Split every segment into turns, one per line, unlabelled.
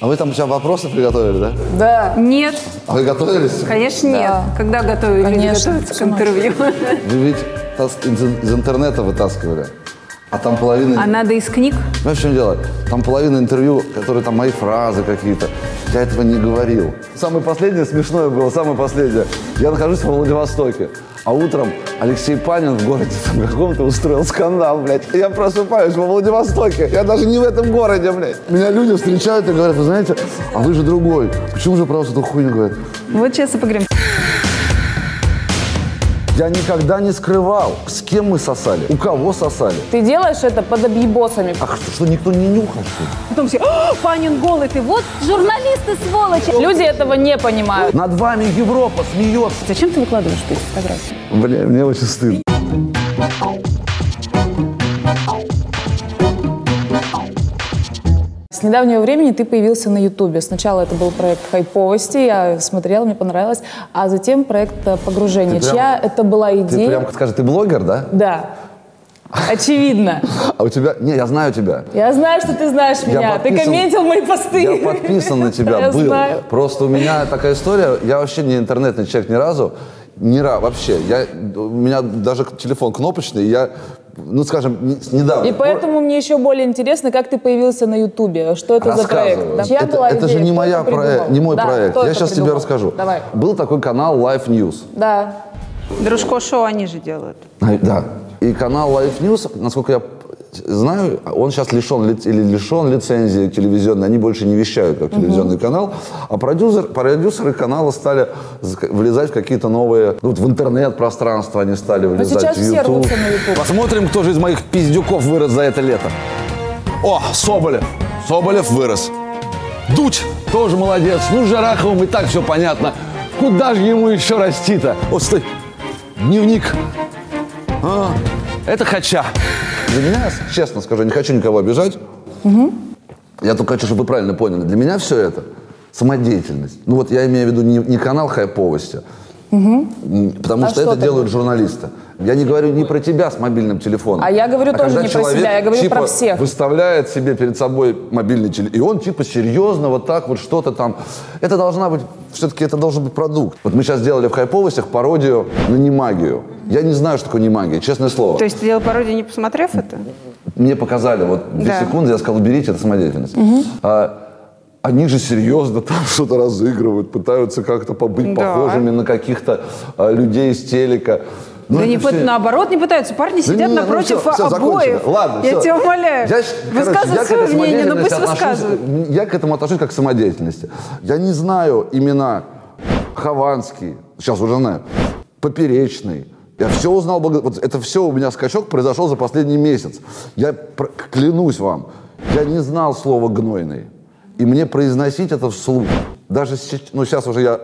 А вы там у себя вопросы приготовили, да?
Да.
Нет,
А вы готовились?
конечно, нет.
Да.
Когда готовили,
Конечно,
готовятся к
всю ночь.
интервью.
Вы ведь тас- из из интернета вытаскивали. А там половина...
А надо из книг?
Знаешь, в чем дело? Там половина интервью, которые там мои фразы какие-то. Я этого не говорил. Самое последнее смешное было, самое последнее. Я нахожусь во Владивостоке, а утром Алексей Панин в городе там каком-то устроил скандал, блядь. И Я просыпаюсь во Владивостоке. Я даже не в этом городе, блядь. Меня люди встречают и говорят, вы знаете, а вы же другой. Почему же про вас эту хуйню говорят?
Вот сейчас и поговорим.
Я никогда не скрывал, с кем мы сосали, у кого сосали.
Ты делаешь это под объебосами.
А что, что никто не нюхал, что ли?
Потом все, «А, Панин голый ты, вот журналисты сволочи.
Люди этого не понимают.
Над вами Европа смеется.
Зачем ты выкладываешь эти фотографии?
Бля, мне очень стыдно.
С недавнего времени ты появился на Ютубе. Сначала это был проект хайповости, я смотрела, мне понравилось, а затем проект э, погружения.
Ты прям-
Чья это была
Ты
идея?
прям скажи, ты блогер, да?
Да. Очевидно.
А у тебя... Не, я знаю тебя.
Я знаю, что ты знаешь
Я
меня. Ты
подписан-
комментил мои посты.
Я подписан на тебя,
Я
был.
знаю.
Просто у меня такая история, я вообще не интернетный человек ни разу, ни разу вообще. Я, у меня даже телефон кнопочный, и я, ну скажем, не- с недавних
И
пор-
поэтому мне еще более интересно, как ты появился на Ютубе, что это за проект.
Рассказываю.
Да. Чья
Это,
была
это же
идея?
не,
Кто
моя
это
проект,
придумал?
не мой
Да,
проект.
кто
Я
это
сейчас тебе
придумал?
расскажу.
Давай.
Был такой канал Life News.
Да.
Дружко шоу они же делают.
А, Да. И канал Life News, насколько я знаю, он сейчас лишен ли- или лишен лицензии телевизионной, они больше не вещают как телевизионный канал, а продюсер, продюсеры канала стали зак- влезать в какие-то новые, ну, вот в интернет-пространство они стали влезать,
сейчас
в
все
YouTube.
рвутся на YouTube.
Посмотрим, кто же из моих пиздюков вырос за это лето. О, Соболев. Соболев вырос. Дудь тоже молодец. Ну, с Жараховым и так все понятно. Куда же ему еще расти-то? Вот стой. Дневник. А, это Хача. Для меня, честно скажу, не хочу никого обижать. Я только хочу, чтобы вы правильно поняли. Для меня все это самодеятельность. Ну вот я имею в виду не, не канал хайповости, М, потому
А
что,
что
это
тогда?
делают журналисты. Я не говорю не про тебя с мобильным телефоном.
А я говорю тоже
когда
не про
человек,
себя, я говорю
типа,
про всех.
выставляет себе перед собой мобильный телефон, и он типа серьезно вот так вот что-то там. Это должна быть, все-таки это должен быть продукт. Вот мы сейчас делали в хайповостях пародию на немагию. Я не знаю, что такое немагия, честное слово.
То есть ты делал пародию, не посмотрев это?
Ну, Мне показали вот две
Да.
секунды, я сказал, берите, это самодеятельность. А, они же серьезно там что-то разыгрывают, пытаются как-то побыть
Да.
похожими на каких-то а, людей из телека. Ну,
да
это
не
всё-
пыт- наоборот, не пытаются. Парни
Да
сидят
не, ну
напротив
всё, всё, закончено.
обоих.
Ладно,
я
всё.
тебя умоляю.
Я щ- короче,
Высказывай
я к
свое
этой
мнение, ну пусть
самодеятельности
высказывают.
отношусь- Я к этому отношусь как к самодеятельности. Я не знаю имена Хованский, сейчас уже знаю, Поперечный. Я все узнал, благо- вот это все у меня скачок произошел за последний месяц. Я пр- клянусь вам, я не знал слова «гнойный». И мне произносить это вслух. Даже сейчас, ну сейчас уже я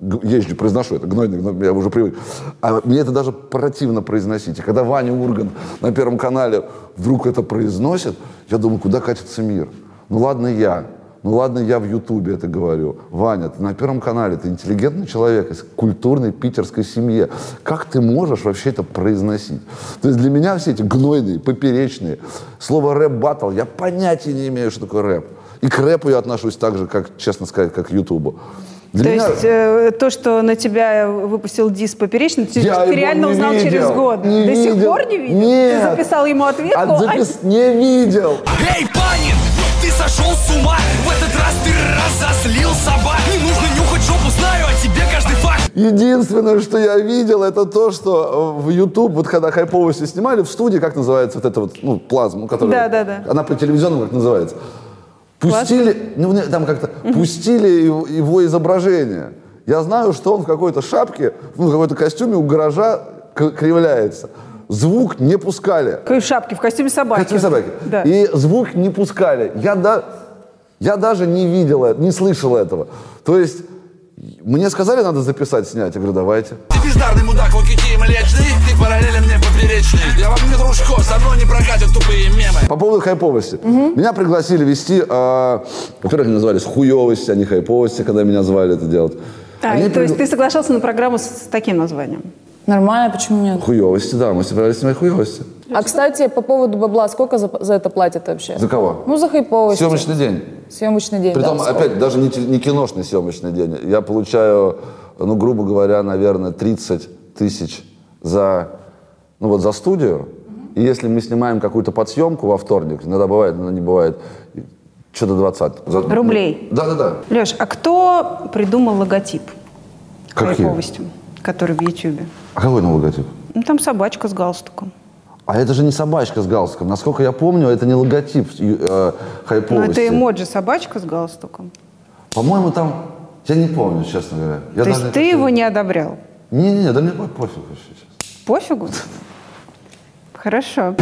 г- езжу, произношу это, гнойник, но я уже привык. А мне это даже противно произносить. И когда Ваня Урган на Первом канале вдруг это произносит, я думаю, куда катится мир? Ну ладно я, ну ладно я в Ютубе это говорю. Ваня, ты на Первом канале, ты интеллигентный человек из культурной питерской семьи. Как ты можешь вообще это произносить? То есть для меня все эти гнойные, поперечные, слово рэп-баттл, я понятия не имею, что такое рэп. И к рэпу я отношусь так же, как, честно сказать, как к Ютубу. Для
То
меня-
есть э, то, что на тебя выпустил диск поперечный, ты,
Я
ты
его
реально
не
узнал
видел,
через год.
не
До сих
видел.
пор не видел?
Нет.
Ты записал ему ответку?
А запис- не видел.
Эй, Панин, ты сошел с ума В этот раз ты разозлил собак Не нужно нюхать жопу, знаю о тебе каждый факт
Единственное, что я видел, это то, что э, в YouTube, вот когда хайповости снимали, в студии, как называется вот эта вот, ну, плазма, которая...
Да-да-да.
Она по телевизионному как называется. Пустили, ну, не- там как-то, пустили его, его изображение. Я знаю, что он в какой-то шапке, ну, в какой-то костюме у гаража к- кривляется. Звук не пускали.
Какой а в шапке, в костюме собаки.
Костюм собаки.
Да.
И звук не пускали. Я, да, я даже не видел, э- не слышал этого. То есть мне сказали, надо записать, снять. Я говорю, давайте.
Ты бездарный мудак, локити млечный Ты параллелен мне поперечный Я вам не дружко, со мной не прокатят тупые мемы
По поводу хайповости. Меня пригласили вести, э, во-первых, они назывались хуевости, а не хайповости, когда меня звали это делать.
А,
Они
то есть
пригла-
ты соглашался на программу с, с таким названием?
Нормально, почему нет?
Хуевости, да, мы собирались снимать хуевости.
А, кстати, по поводу бабла, сколько за, за это платят вообще?
За кого?
Ну, за хайповость.
Съемочный день.
Съемочный день.
Притом,
да,
опять, даже не, теле- не киношный съемочный день. Я получаю, ну, грубо говоря, наверное, 30 тысяч за, ну, вот за студию. И если мы снимаем какую-то подсъемку во вторник, иногда бывает, иногда не бывает, что-то 20. За- ну,
Рублей.
Да-да-да.
Леш, а кто придумал логотип?
Какие?
Хайповости, который в Ютьюбе.
А какой там логотип?
Ну, там собачка с галстуком.
А это же не собачка с галстуком. Насколько я помню, это не логотип э,
Ну,
хайповости.
это эмоджи собачка с галстуком.
По-моему, там... Я не помню, честно говоря. Я
То есть ты его не одобрял?
Не-не-не, да мне по- пофиг вообще сейчас.
Пофигу? Хорошо.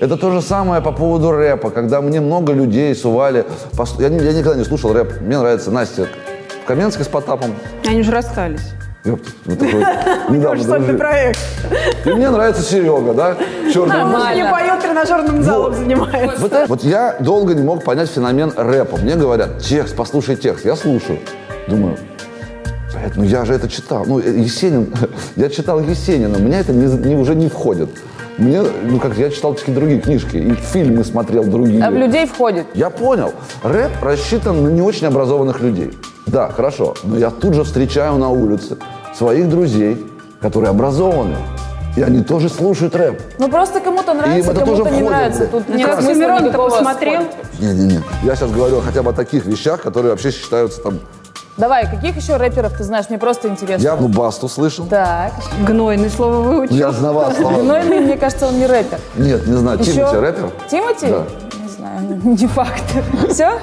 Это то же самое по поводу рэпа, когда мне много людей сували. пос- Я, ни- я никогда не слушал рэп. Мне нравится Настя Каменская с Потапом.
Они же расстались.
Ёптись, мы такой недавно
Сольный
дружили.
проект.
И мне нравится Серега, да? Черный
Он не поет, тренажерным залом занимается.
Вот, вот я долго не мог понять феномен рэпа. Мне говорят, текст, послушай текст. Я слушаю. Думаю, «Блядь, ну я же это читал. Ну, э, Есенин, я читал Есенина, мне это не за- не- уже не входит. Мне, ну как, я читал какие-то другие книжки, и фильмы смотрел другие.
А в людей входит.
Я понял. Рэп рассчитан на не очень образованных людей. Да, хорошо. Но я тут же встречаю на улице своих друзей, которые образованы. И они тоже слушают рэп.
Ну просто кому-то нравится,
это тоже
кому-то не
входит,
нравится.
блядь.
Тут
Мне
нет
кажется,
смысла
Мирон-то
никакого
посмотрел.
спорить.
Не-не-не. Я сейчас говорю хотя бы о таких вещах, которые вообще считаются там...
Давай, каких еще рэперов ты знаешь? Мне просто интересно.
Я ну, Басту слышал.
Так.
Гнойное слово выучил.
Я знавал слова.
Гнойный, мне кажется, он не рэпер.
Нет, не знаю.
Еще-
Тимати рэпер?
Тимати?
Да.
Не знаю, ну, не факт. Все?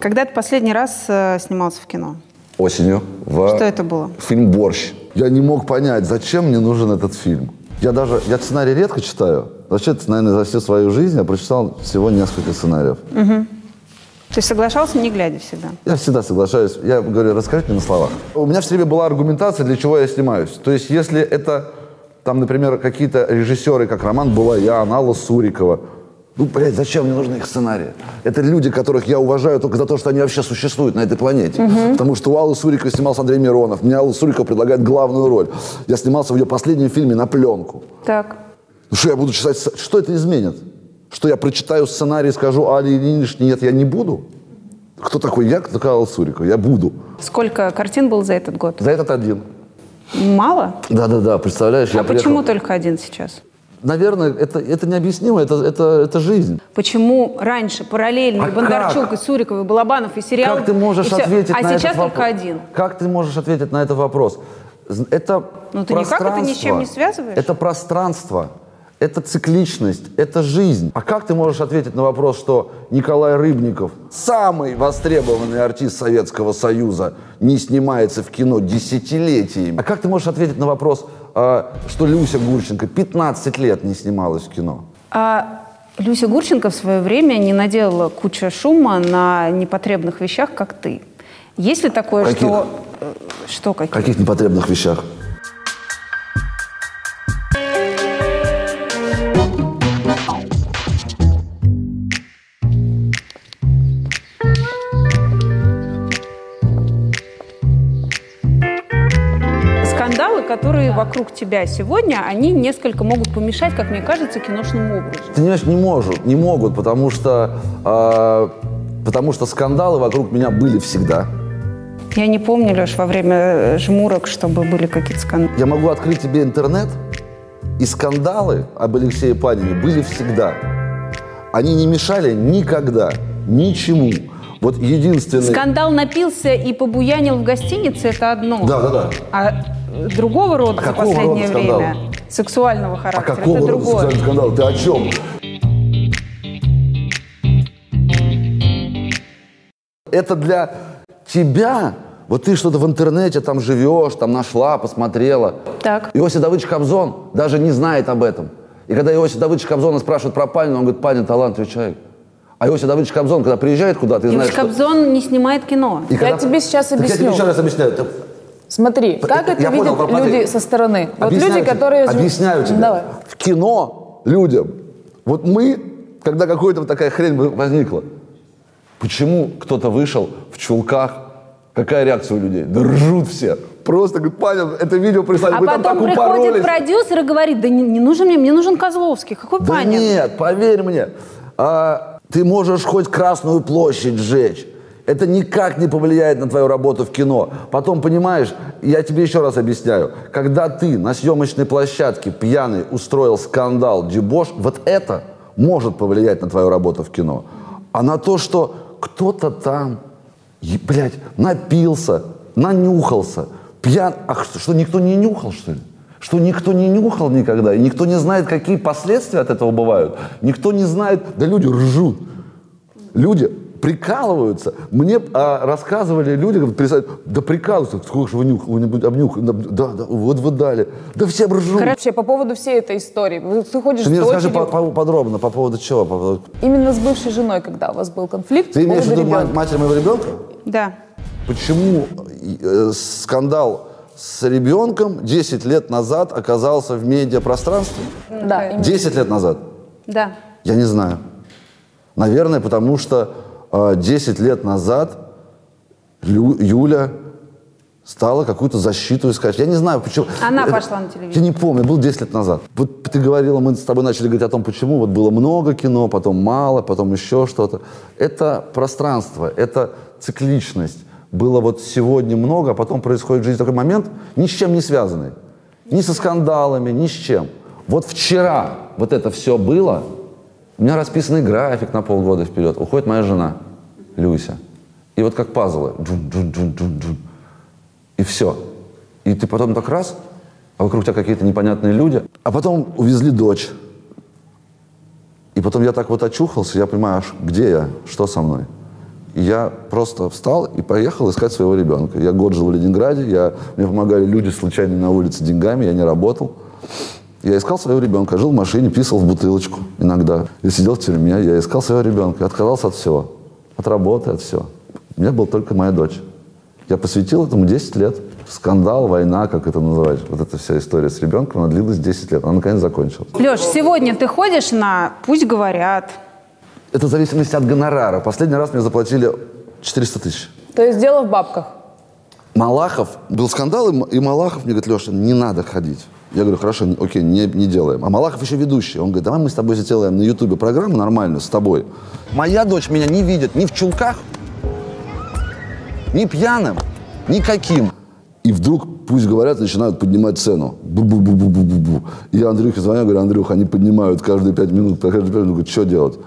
Когда ты последний раз э, снимался в кино?
Осенью. в-
Что это было?
Фильм «Борщ». Я не мог понять, зачем мне нужен этот фильм. Я даже, я сценарий редко читаю. Вообще-то, наверное, за всю свою жизнь я прочитал всего несколько сценариев.
Ты соглашался, не глядя всегда?
Я всегда соглашаюсь. Я говорю, расскажите мне на словах. У меня все время была аргументация, для чего я снимаюсь. То есть, если это, там, например, какие-то режиссеры, как Роман Балаян, Алла Сурикова, ну, блядь, зачем мне нужны их сценарии? Это люди, которых я уважаю только за то, что они вообще существуют на этой планете. Потому что у Аллы Суриковой снимался Андрей Миронов. Мне Алла Сурикова предлагает главную роль. Я снимался в ее последнем фильме на пленку.
Так.
Ну что я буду читать? сц- Что это изменит? Что я прочитаю сценарий и скажу Али Ильиничне, нет, я не буду? Кто такой я? Кто такая Алла Сурикова? Я буду.
Сколько картин было за этот год?
За этот один.
Мало?
Да-да-да, представляешь, я
а почему
приехал-
только один сейчас?
Наверное, это, это необъяснимо, это, это, это жизнь.
Почему раньше параллельно
А
и Бондарчук,
как?
и Суриков, и Балабанов, и сериал?
как ты можешь
и всё.
ответить
А
на
сейчас
этот вопрос?
только один.
Как ты можешь ответить на этот вопрос? З- Это
Ну, ты никак это
пространство.
ни с чем не связываешь?
Это пространство, это цикличность, это жизнь. А как ты можешь ответить на вопрос, что Николай Рыбников, самый востребованный артист Советского Союза, не снимается в кино десятилетиями? А как ты можешь ответить на вопрос, а, что Люся Гурченко 15 лет не снималась в кино?
А Люся Гурченко в свое время не наделала куча шума на непотребных вещах, как ты. Есть ли такое,
Каких?
что... э, Что какие?
В каких непотребных вещах?
Скандалы, которые вокруг тебя сегодня, они несколько могут помешать, как мне кажется, киношному образу.
Ты понимаешь, не может, не могут, потому что, э, потому что скандалы вокруг меня были всегда.
Я не помню, Леш, во время э, жмурок, чтобы были какие-то скандалы.
Я могу открыть тебе интернет, и скандалы об Алексее Панине были всегда. Они не мешали никогда, ничему. Вот единственный...
Скандал напился и побуянил в гостинице – это одно.
Да, да, да.
А э, другого рода
А
за
какого
последнее
рода скандал?
время, сексуального
А
характера,
какого
это
рода
другое.
социальный скандал? Ты о чем? Это для тебя, вот ты что-то в интернете там живешь, там нашла, посмотрела.
Так.
Иосиф Давыдович Кобзон даже не знает об этом. И когда Иосиф Давыдович Кобзона спрашивают про Панина, он говорит, Панин талантливый человек. А Иосиф Давыдович Кобзон, когда приезжает куда-то, и знаешь, что-
Юрий Кобзон не снимает кино.
И
Я тебе сейчас
Так Я тебе
объясню.
еще раз объясняю. Ты-
Смотри, как
Э, Я
это
понял,
видят
пропади.
люди со стороны? Вот
Объясняю
люди,
тебе-
которые...
Объясняю тебе.
Давай.
В кино людям. Вот мы, когда какая-то вот такая хрень вы- возникла, почему кто-то вышел в чулках, какая реакция у людей? Да ржут все. Просто говорит, Паня, это видео прислали,
А
вы там так
потом
упоролись.
приходит продюсер и говорит, да не, не нужен мне, мне нужен Козловский. Какой
Да
Панин?
нет, поверь мне, а, ты можешь хоть Красную площадь сжечь. Это никак не повлияет на твою работу в кино. Потом, понимаешь, я тебе еще раз объясняю. Когда ты на съемочной площадке пьяный устроил скандал, дебош, вот это может повлиять на твою работу в кино. А на то, что кто-то там, е- блядь, напился, нанюхался, пьян... Ах, что, что никто не нюхал, что ли? что никто не нюхал никогда, и никто не знает, какие последствия от этого бывают. Никто не знает, да люди ржут. Люди прикалываются. Мне а, рассказывали люди, говорят, представь, да прикалываются, сколько же вы нюх, вы не обнюхали, да, да, вот вы дали. Да все ржут.
Короче, по поводу всей этой истории. Вы- Ты ходишь
Ты
с
мне расскажи
дочерью.
по- по- подробно по поводу чего. по поводу-
Именно с бывшей женой, когда у вас был конфликт.
Ты
по
имеешь в
поводу
виду ма-
ребенка.
матерь моего ребенка?
Да.
Почему э, скандал с ребенком 10 лет назад оказался в медиапространстве?
Да, именно.
10 лет назад.
Да.
Я не знаю. Наверное, потому что э, 10 лет назад Лю- Юля стала какую-то защиту искать. Я не знаю, почему.
Она
Это-
пошла на телевидение.
Я не помню, был 10 лет назад. Вот ты говорила, мы с тобой начали говорить о том, почему вот было много кино, потом мало, потом еще что-то. Это пространство, это цикличность. Было вот сегодня много, а потом происходит в жизни такой момент, ни с чем не связанный. Ни со скандалами, ни с чем. Вот вчера вот это все было, у меня расписанный график на полгода вперед. Уходит моя жена, Люся. И вот как пазлы. Джун-джун-джун-джун-джун. И все. И ты потом так раз, а вокруг тебя какие-то непонятные люди. А потом увезли дочь. И потом я так вот очухался, я понимаю, аж где я, что со мной. И я просто встал и поехал искать своего ребенка. Я год жил в Ленинграде, я, мне помогали люди случайно на улице деньгами, я не работал. Я искал своего ребенка, жил в машине, писал в бутылочку иногда. И сидел в тюрьме, я искал своего ребенка, отказался от всего, от работы, от всего. У меня была только моя дочь. Я посвятил этому 10 лет. Скандал, война, как это называть, вот эта вся история с ребенком, она длилась 10 лет, она наконец закончилась.
Леш, сегодня ты ходишь на «Пусть говорят».
Это в зависимости от гонорара. Последний раз мне заплатили 400 тысяч.
То есть дело в бабках.
Малахов, был скандал, и М- и Малахов мне говорит, Леша, не надо ходить. Я говорю, хорошо, н- окей, не, не делаем. А Малахов еще ведущий. Он говорит, давай мы с тобой сделаем на Ютубе программу нормальную с тобой. Моя дочь меня не видит ни в чулках, ни пьяным, никаким. И вдруг, пусть говорят, начинают поднимать цену. Бу-бу-бу-бу-бу-бу. И я Андрюхе звоню, говорю, Андрюх, они поднимают каждые пять минут, каждые пять минут. Он говорит, что делать?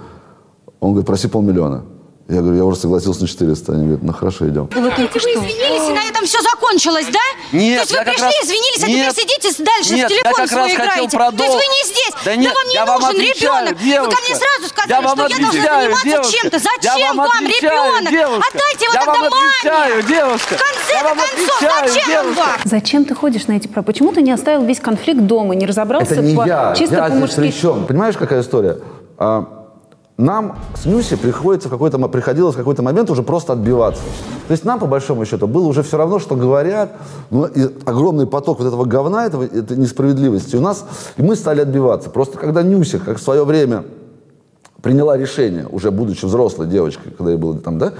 Он говорит, проси полмиллиона. Я говорю, я уже согласился на 400. Они говорят, ну хорошо, идем.
Вы извинились, и на этом все закончилось, да?
Нет,
То есть вы
я как
пришли,
раз-
извинились, а
Нет.
теперь сидите дальше
Нет,
в телефон
я как
свой
раз хотел
играете. То есть
продолжить.
вы не здесь.
Да нет,
вам не
я вам
нужен
отвечаю,
ребенок.
девушка.
Вы ко мне сразу сказали,
Я вам
что я должна
отвечаю,
заниматься
девушка.
чем-то.
Я
Зачем
вам отвечаю,
ребенок?
девушка.
Отдайте его
Я
тогда
вам
маме.
отвечаю, девушка.
В конце
Я
то
вам
концов,
отвечаю,
зачем он
девушка.
вам?
Зачем ты ходишь на эти про? Почему ты не оставил весь конфликт дома, не разобрался
Это не
по-
я.
чисто
я здесь
по-мужски?
при чем? Понимаешь, какая история? А, нам с Нюси приходится в какой-то, мо- приходилось в какой-то момент уже просто отбиваться. То есть нам, по большому счету, было уже все равно, что говорят. Но и огромный поток вот этого говна, этого, этой несправедливости у нас. И мы стали отбиваться. Просто когда Нюся, как в свое время приняла решение, уже будучи взрослой девочкой, когда ей было там, да,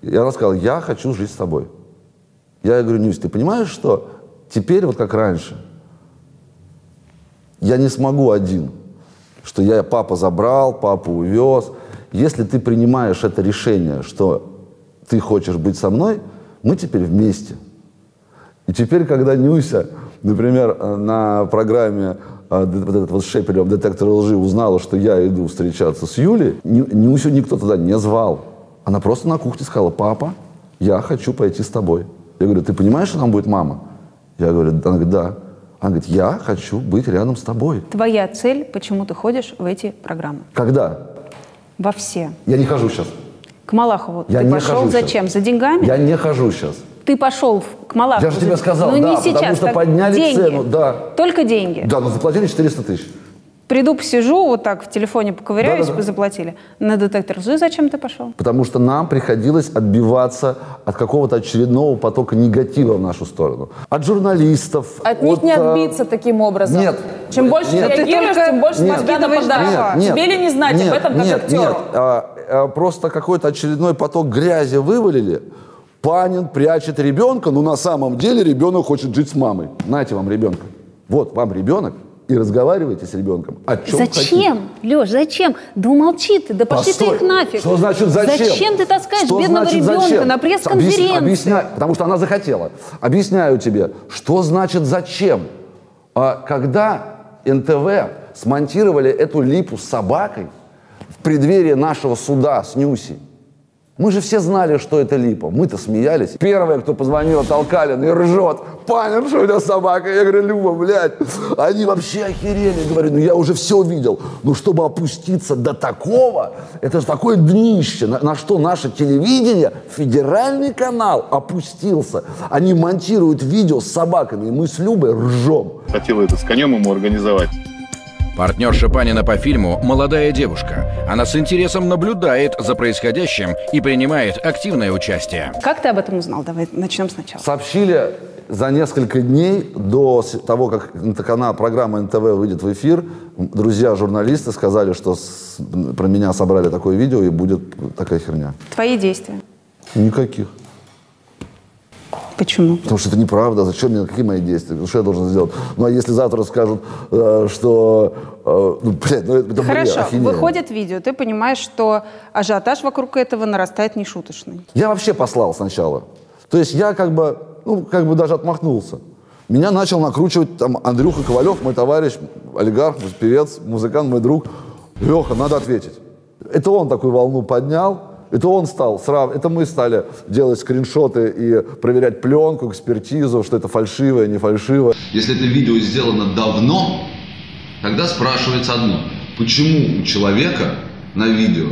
и она сказала, я хочу жить с тобой. Я ей говорю, Нюсь, ты понимаешь, что теперь вот как раньше, я не смогу один, что я папа забрал, папа увез. Если ты принимаешь это решение, что ты хочешь быть со мной, мы теперь вместе. И теперь, когда Нюся, например, э, на программе э, д- вот этот вот с Шепелевым «Детектор лжи» узнала, что я иду встречаться с Юлей, Ню- Нюсю никто туда не звал. Она просто на кухне сказала, папа, я хочу пойти с тобой. Я говорю, ты понимаешь, что там будет мама? Я говорю, она говорит, да. Она говорит, я хочу быть рядом с тобой.
Твоя цель, почему ты ходишь в эти программы?
Когда?
Во все.
Я не хожу сейчас.
К Малахову
Я
ты
не
пошел
хожу
зачем?
сейчас.
За деньгами?
Я не хожу сейчас.
Ты пошел в- к Малахову.
Я же
за-
тебе сказал,
ну,
да,
не
потому
сейчас,
что
так
подняли
деньги.
цену, да.
Только деньги.
Да, но заплатили 400 тысяч.
Приду, посижу, вот так в телефоне поковыряюсь,
Да-да-да.
заплатили. На детектор лжи зачем ты пошел?
Потому что нам приходилось отбиваться от какого-то очередного потока негатива в нашу сторону. От журналистов.
От них не
э,
отбиться таким образом.
нет. Э,
Чем больше
Нет.
ты реагируешь,
Ты только-
тем больше
Нет.
мозги
Нет.
нападают.
Нет.
Тебе ли не знать
нет,
об этом как
нет,
актеру?
Нет, А, а, просто какой-то очередной поток грязи вывалили. Панин прячет ребенка, но на самом деле ребенок хочет жить с мамой. Нате вам ребенка. Вот вам ребенок, и разговаривайте с ребенком. О чем хотите.
Зачем, Леш, зачем? Да умолчи ты, да пошли ты
Постой.
их нафиг.
Что значит зачем?
Зачем ты таскаешь
Что
бедного
значит
ребенка
зачем?
на
Объяс-
пресс-конференцию?
объясняй, потому что она захотела. Объясняю тебе, что значит зачем? А, когда НТВ смонтировали эту липу с собакой в преддверии нашего суда с Нюси, мы же все знали, что это липа. Мы-то смеялись. Первая, кто позвонила, толкали, и ржет. Панин, что у тебя собака? Я говорю, Люба, блядь. Они вообще охерели. Говорю, ну я уже все видел. Ну чтобы опуститься до такого, это же такое днище. На, на что наше телевидение, федеральный канал опустился. Они монтируют видео с собаками, и мы с Любой ржем.
хотела этот с конем ему организовать.
Партнерша Панина по фильму – молодая девушка. Она с интересом наблюдает за происходящим и принимает активное участие.
Как ты об этом узнал? Давай начнем сначала.
Сообщили за несколько дней до с- того, как НТ- канал, программа НТВ выйдет в эфир, м, друзья-журналисты сказали, что с- м, про меня собрали такое видео и будет такая херня.
Твои действия.
Никаких.
Почему?
Потому что это неправда. Зачем мне какие мои действия? Ну, Что я должен сделать? Ну а если завтра скажут, э, что... э, ну, блядь, ну это, это бред,
Хорошо,
ахинея.
выходит видео, ты понимаешь, что ажиотаж вокруг этого нарастает нешуточный.
Я вообще послал сначала. То есть я как бы, ну, как бы даже отмахнулся. Меня начал накручивать там Андрюха Ковалев, мой товарищ, олигарх, певец, музыкант, мой друг. Леха, надо ответить. Это он такую волну поднял, это он стал срав... Это мы стали делать скриншоты и проверять пленку, экспертизу, что это фальшивое, не фальшивое.
Если это видео сделано давно, тогда спрашивается одно. Почему у человека на видео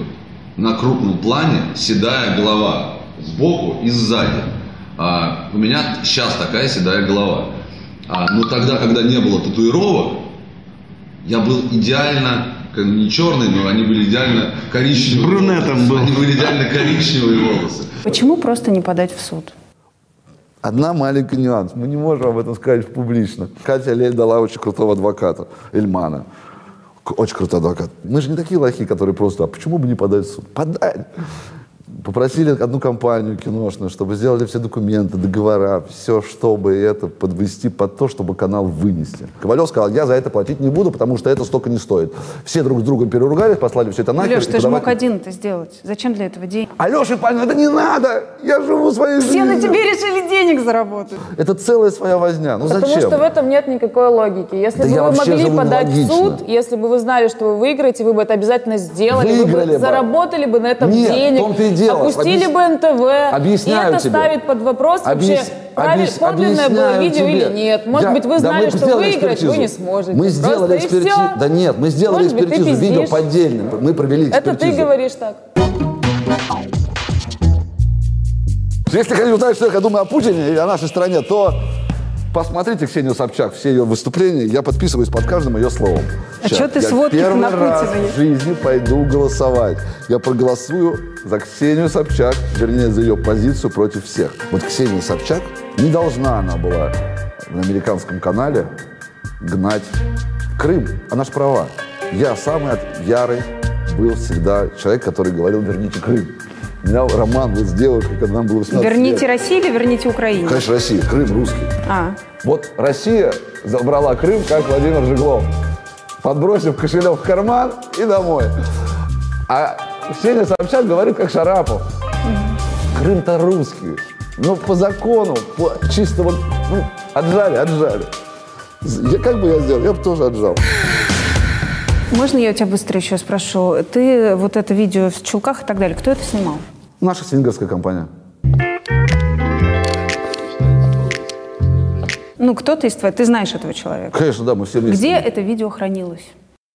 на крупном плане седая голова сбоку и сзади? А, у меня сейчас такая седая голова. А, но тогда, когда не было татуировок, я был идеально, как бы не черный, но они были идеально коричневые. Брунетом был. Они были идеально коричневые волосы.
Почему просто не подать в суд?
Одна маленький нюанс. Мы не можем об этом сказать публично. Катя Лель дала очень крутого адвоката, Эльмана. К- Очень крутой адвокат. Мы же не такие лохи, которые просто, а почему бы не подать в суд? Подать! Попросили одну компанию киношную, чтобы сделали все документы, договора, все, чтобы это подвести под то, чтобы канал вынести. Ковалев сказал, я за это платить не буду, потому что это столько не стоит. Все друг с другом переругались, послали все это нахер.
Леш,
и
ты же мог
подавать-
один это сделать. Зачем для этого деньги?
Алеша Панин, это не надо! Я живу своей
Все
жизнью!
на тебе решили денег заработать.
Это целая своя возня. Ну
Потому
зачем?
что в этом нет никакой логики. Если
Да
бы
я
вы
вообще
могли
живу
подать в
нелогично.
суд, если бы вы знали, что вы выиграете, вы бы это обязательно сделали,
Выиграли
вы бы
бы.
заработали бы на этом
Нет, в
денег,
том-то и дело.
опустили
Объяс-
бы НТВ.
Объясняю
и это
тебе.
ставит под вопрос вообще,
Объяс-
правиль-
объяс-
подлинное было
объясняю
видео
тебе.
или нет. Может
Я-
быть, вы
да,
знали,
мы
что
сделали
выиграть вы не
экспертизу.
сможете.
Мы
Просто
сделали
и
экспертизу.
всё.
Да нет, мы сделали
Может быть, ты
экспертизу. Видео
пиздишь.
поддельным. Мы провели экспертизу.
Это ты говоришь так.
Если хотите узнать, что я думаю о Путине и о нашей стране, то посмотрите Ксению Собчак, все ее выступления. Я подписываюсь под каждым ее словом.
А
Сейчас.
чё ты
я
сводки
первый
на
раз
Путина?
в жизни пойду голосовать. Я проголосую за Ксению Собчак, вернее, за ее позицию против всех. Вот Ксения Собчак, не должна она была на американском канале гнать Крым. Она ж права. Я самый от- ярый был всегда человек, который говорил «верните Крым». У меня роман был с девушкой, когда нам было 18 лет.
Верните России или верните Украине?
Конечно, Россия, Крым русский.
А,
Вот Россия забрала Крым, как Владимир Жиглов, подбросив кошелек в карман и домой. А Ксения Собчак говорит, как Шарапов. Крым-то русский. Ну, по закону, по чисто вот, ну, отжали, отжали. Я, как бы я сделал? Я бы тоже отжал.
можно я у тебя быстро еще спрошу? Ты вот это видео в чулках и так далее, кто это снимал?
Наша свингерская компания.
Ну, кто-то из твоих, ты знаешь этого человека.
Конечно, да, мы все вместе.
Где это видео хранилось?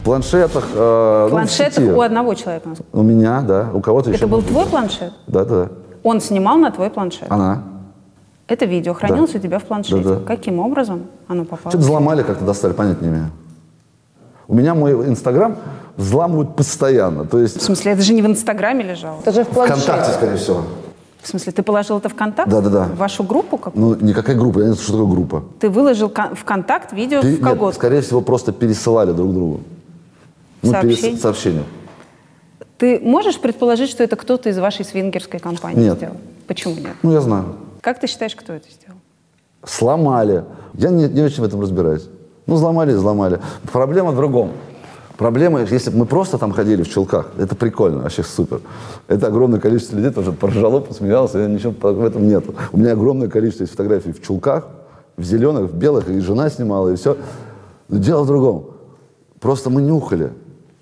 В планшетах. э, ну, в
Планшет
сети.
у одного человека. насколько-
У меня, да. У кого-то еще.
Это был твой планшет?
Да, да, да.
Он снимал на твой планшет.
Она.
Это видео хранилось у тебя в планшете.
А. Да-да.
Каким образом оно попало?
Что-то взломали, как-то достали, понятия не имею. У меня мой Инстаграм взламывают постоянно. То
В
есть
смысле, это же не в Инстаграме лежало.
Это же в планшете.
ВКонтакте, скорее всего.
В смысле, ты положил это в контакт?
Да-да-да.
В вашу группу какую?
Ну, никакая группа, я не знаю, что такое группа.
Ты выложил кон- в контакт видео
Пере-
в
нет,
колготку.
скорее всего, просто пересылали друг другу. Ну,
Сообщение?
сообщение.
Ты можешь предположить, что это кто-то из вашей свингерской компании
Нет.
сделал? Почему нет?
Ну, я знаю.
Как ты считаешь, кто это сделал?
Сломали. Я не, не очень в этом разбираюсь. Ну, сломали и сломали. Проблема в другом. Проблема, если бы мы просто там ходили в чулках, это прикольно, вообще супер. Это огромное количество людей тоже поржало, посмеялся, и ничего в этом нет. У меня огромное количество есть фотографий в чулках, в зеленых, в белых, и жена снимала, и все. Но дело в другом. Просто мы нюхали.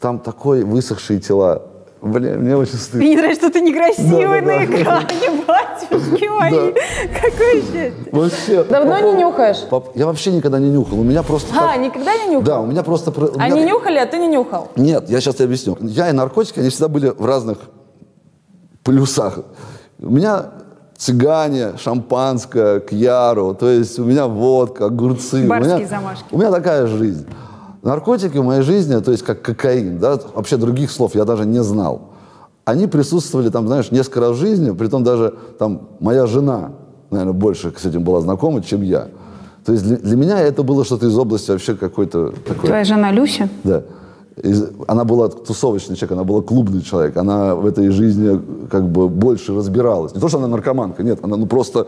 Там такое высохшие тела. Блин, мне очень стыдно.
Мне не нравится, что ты некрасивый
Да-да-да.
на экране, батюшки мои. Какое счастье.
Вообще.
Давно не нюхаешь?
Пап, Я вообще никогда не нюхал. У меня просто.
А,
так-
никогда не нюхал?
Да, у меня просто. про- у меня
Они
так-
нюхали, а ты не нюхал.
Нет, я сейчас тебе объясню. Я и наркотики, они всегда были в разных плюсах. У меня цыгане, шампанское, кьяру, то есть у меня водка, огурцы.
Барские
у меня,
замашки.
У меня такая жизнь. Наркотики в моей жизни, то есть как кокаин, да, вообще других слов я даже не знал. Они присутствовали там, знаешь, несколько раз в жизни, притом даже там моя жена, наверное, больше с этим была знакома, чем я. То есть для, для меня это было что-то из области вообще какой-то такой...
Твоя жена Люся?
Да. Из- она была тусовочный человек, она была клубный человек, она в этой жизни как бы больше разбиралась. Не то, что она наркоманка, нет, она ну просто...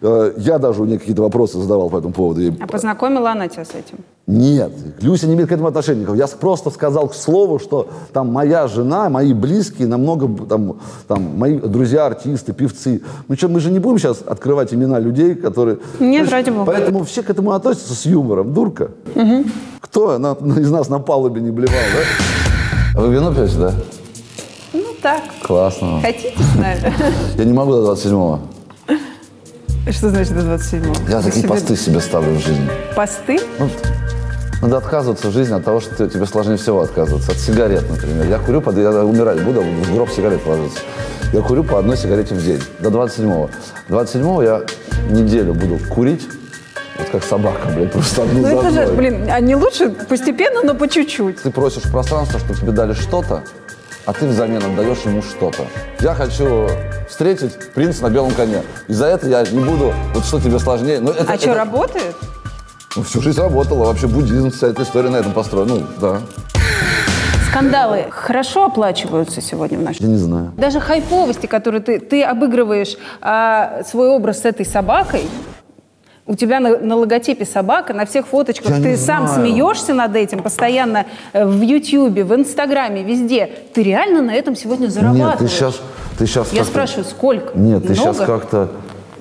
э, я даже у нее какие-то вопросы задавал по этому поводу. ей.
А познакомила она тебя с этим?
Нет, Люся не имеет к этому отношения никакого. Я с- просто сказал к слову, что там моя жена, мои близкие, намного б- там, там мои друзья, артисты, певцы. Мы, что, мы же не будем сейчас открывать имена людей, которые...
Нет,
Знаешь,
ради бога.
Поэтому все к этому относятся с юмором. Дурка. Кто на- из нас на палубе не блевал, да? А Вы вино пьете, да?
Ну так,
Классно.
хотите с нами?
Я не могу до 27-го.
Что значит до 27-го?
Я
Вы
такие
себе-
посты себе ставлю в жизни.
Посты?
Ну, Надо отказываться в жизни от того, что ты- тебе сложнее всего отказываться. От сигарет, например. Я курю, под- я умирать буду, в гроб сигарет ложиться. Я курю по одной сигарете в день. До 27-го. 27-го я неделю буду курить, вот как собака, блядь, просто одну
Ну
за
это же,
одной.
блин, они лучше постепенно, но по чуть-чуть.
Ты просишь пространство, чтобы тебе дали что-то, а ты взамен отдаешь ему что-то. Я хочу встретить принца на белом коне. И за это я не буду, вот что тебе сложнее. Ну, это,
А что,
это-
работает?
Ну, всю жизнь работала. Вообще буддизм, вся эта история на этом построена. Ну, да.
Скандалы хорошо оплачиваются сегодня в нашем.
Я не знаю.
Даже хайповости, которые ты, ты обыгрываешь а, свой образ с этой собакой, у тебя на, на логотипе собака, на всех фоточках
Я не
ты сам
знаю.
смеешься над этим постоянно э, в Ютьюбе, в Инстаграме, везде. Ты реально на этом сегодня
Нет,
зарабатываешь.
ты сейчас, ты сейчас.
Я спрашиваю, сколько?
Нет, ты
Много?
сейчас как-то.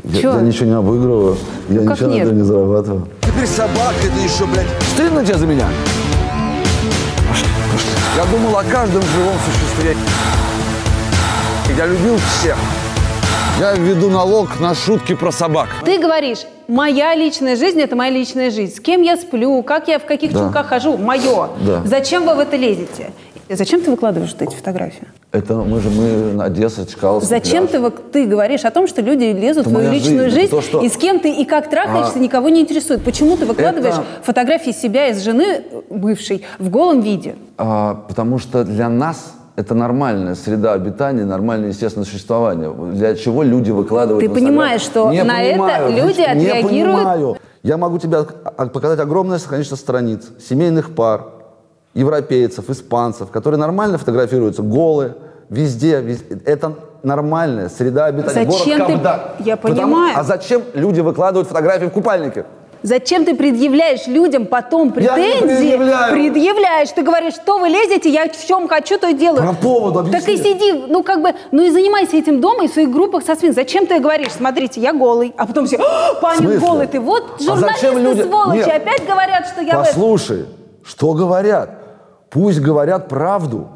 Я,
Чё? Ну
я ничего не обыгрываю, я
как
ничего на
нет?
этом не зарабатываю.
Теперь собака, ты еще, блядь, стыдно тебе за меня? Я думал о каждом живом существе. Я любил всех.
Я введу налог на шутки про собак.
Ты говоришь, моя личная жизнь – это моя личная жизнь. С кем я сплю, как я в каких
Да.
чулках хожу – мое.
Да.
Зачем вы в это лезете? И Зачем ты выкладываешь вот эти фотографии?
Это мы же мы Одесса, Чкаловский
Зачем
пляж.
ты, вок- ты говоришь о том, что люди лезут
Это
в твою
моя
личную
жизнь, это
жизнь,
то, что-
и с кем ты и как трахаешься,
А.
никого не интересует? Почему ты выкладываешь
Это-
фотографии себя и с жены э, бывшей в голом виде?
А, потому что для нас это нормальная среда обитания, нормальное естественное существование. Для чего люди выкладывают?
Ты
в Инстаграм?
понимаешь, что
Не
на это
понимаю,
люди
не
отреагируют?
понимаю. Я могу тебе а, показать огромное количество страниц семейных пар, европейцев, испанцев, которые нормально фотографируются, голые, везде. везде. Это нормальная среда обитания.
Зачем
Город
ты-
Кабда.
Я
Потому-
понимаю.
а зачем люди выкладывают фотографии в купальнике?
Зачем ты предъявляешь людям потом
Я не
претензии?
предъявляю.
предъявляешь, ты говоришь, что вы лезете, я в чем хочу, то и делаю.
Про повод
Так и
объясни.
сиди, ну как бы, ну и занимайся этим дома и в своих группах со свин. Зачем ты говоришь, смотрите, я голый, а потом все, «А,
В
Панин
смысле?
голый, ты вот
А
журналисты
зачем люди-
сволочи,
Нет.
опять говорят, что я в этом».
Послушай, что говорят? Пусть говорят правду.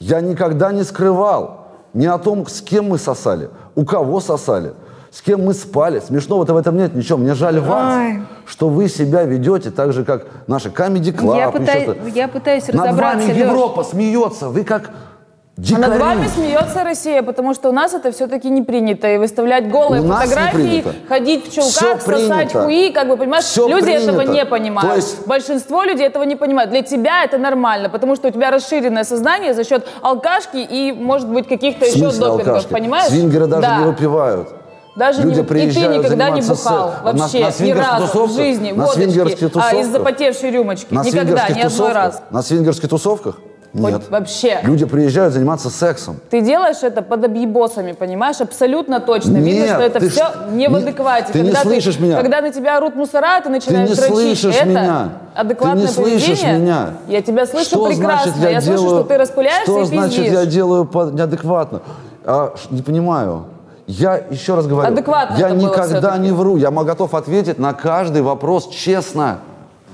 Я никогда не скрывал ни о том, с кем мы сосали, у кого сосали, с кем мы спали. Смешного-то в этом нет ничего. Мне жаль вас,
Ай.
что вы себя ведете так же, как наши Comedy Club.
Я
еще
пытай-
что-то.
я пытаюсь
Над вами
разобраться, Лёш.
Европа смеется. Вы как
А
дикари.
над вами смеется Россия, потому что у нас это все-таки не принято. И выставлять голые
У нас не
фотографии,
принято.
ходить в
Всё
чулках, сосать
принято.
хуи, как бы, понимаешь,
Всё
люди
принято.
этого не понимают.
То есть-
Большинство людей этого не понимают. Для тебя это нормально, потому что у тебя расширенное сознание за счет алкашки и, может быть, каких-то
В
еще
смысле
допингов,
алкашки?
понимаешь?
Свингеры даже
Да.
не выпивают.
Даже
Люди
не, и ты
приезжают
никогда не
заниматься
бухал
сексом.
вообще,
На- на
ни
свингерских
разу в
тусовках?
жизни,
На
водочки,
свингерских
а, из
тусовках?
запотевшей рюмочки,
На
никогда,
свингерских
ни одной
тусовках?
раз.
На свингерских тусовках?
Хоть
Нет.
Вообще.
Люди приезжают заниматься сексом.
Ты делаешь это под объебосами, понимаешь? Абсолютно точно. Видно,
Нет,
что это
ты
все
ш-
не в
не-
адеквате.
ты не слышишь меня.
Когда на тебя орут мусора, ты
Ты
начинаешь
не
дрочить.
слышишь
это
меня.
адекватное
ты не слышишь
поведение?
меня.
Я тебя слышу
Что
прекрасно.
Значит, я
слышу,
делаю-
что ты распыляешься
Что
и
значит,
пиздишь.
я делаю по- неадекватно? А, ш- не понимаю. Я еще раз говорю,
Адекватно
я
это было
никогда
всё-таки.
не вру. Я м- готов ответить на каждый вопрос честно.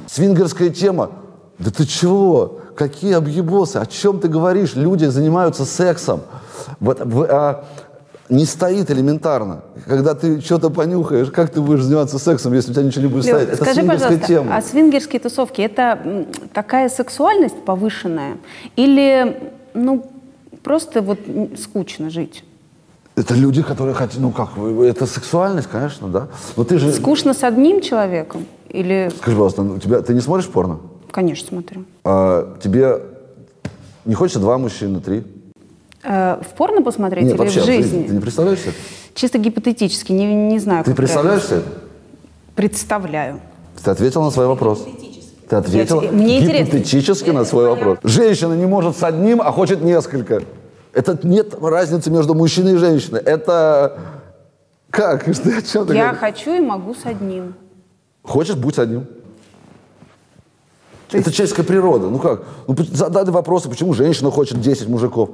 Свингерская тема. Да ты чего? Какие объебосы? О чем ты говоришь? Люди занимаются сексом. Вот, в- а, не стоит элементарно. Когда ты что-то понюхаешь, как ты будешь заниматься сексом, если у тебя ничего не будет
Лёш,
стоять? Это
скажи,
свингерская
пожалуйста,
тема.
а свингерские тусовки это м, такая сексуальность повышенная или ну просто вот м, скучно жить?
Это люди, которые хотят, ну как, вы- вы- это сексуальность, конечно, да. Но ты же,
Скучно с одним человеком или,
скажи, пожалуйста, ну, у тебя, ты не смотришь порно?
конечно, смотрю.
А, тебе не хочется два мужчины, три?
Э, в порно посмотреть или в жизни?
Ты не представляешь себе?
Чисто гипотетически, не, не знаю.
Ты
как
представляешь
реально.
себе?
Представляю.
Ты ответила на свой вопрос. Ты ответила
Я те- мне интересно.
гипотетически на свой вопрос. Женщина не может с одним, а хочет несколько. Это нет разницы между мужчиной и женщиной. Это как? Ты о чем ты
Я
говоришь?
хочу и могу с одним.
Хочешь, будь с одним. Это человеческая природа. Ну как? Ну, п- задай вопросы, почему женщина хочет 10 мужиков?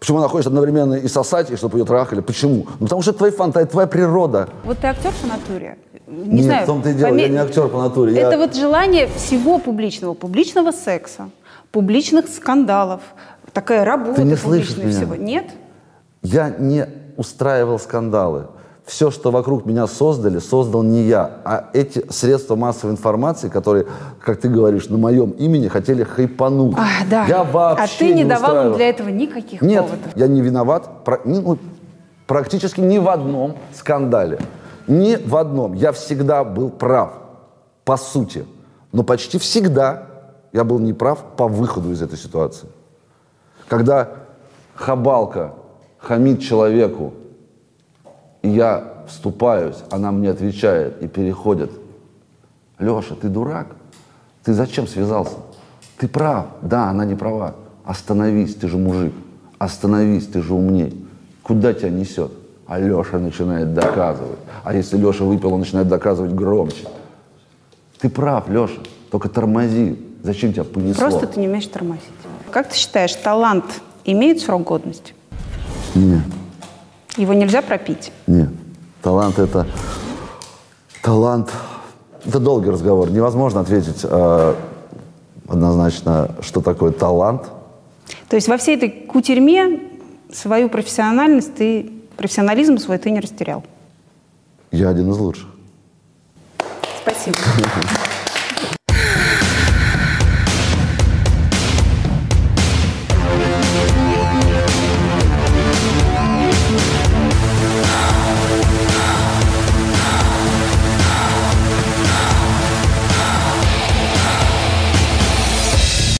Почему она хочет одновременно и сосать, и чтобы ее трахали? Почему? Ну потому что это твоя фантазия, это твоя природа.
Вот ты актер по натуре? Не
Нет,
знаю.
в том-то и дело, я
поме-
не актер по натуре. я-
Это вот желание всего публичного. Публичного секса, публичных скандалов, такая работа
Ты не слышишь
публичная
меня.
всего. Нет?
Я не устраивал скандалы. Все, что вокруг меня создали, создал не я, а эти средства массовой информации, которые, как ты говоришь, на моем имени хотели хайпануть.
А, да.
Я вообще
а ты не, давал им
устраивал.
для этого никаких
Нет,
поводов.
я не виноват пра- ни- ну, практически ни в одном скандале. Ни в одном. Я всегда был прав, по сути. Но почти всегда я был неправ по выходу из этой ситуации. Когда хабалка хамит человеку, и я вступаюсь, она мне отвечает и переходит. Леша, ты дурак? Ты зачем связался? Ты прав. Да, она не права. Остановись, ты же мужик. Остановись, ты же умней. Куда тебя несет? А Леша начинает доказывать. А если Леша выпил, он начинает доказывать громче. Ты прав, Леша. Только тормози. Зачем тебя понесло?
Просто ты не умеешь тормозить. Как ты считаешь, талант имеет срок годности?
Не,
Его нельзя пропить?
не. Талант это... Талант... Это долгий разговор. Невозможно ответить э, однозначно, что такое талант.
То есть во всей этой кутерьме свою профессиональность ты, профессионализм свой ты не растерял.
Я один из лучших.
Спасибо.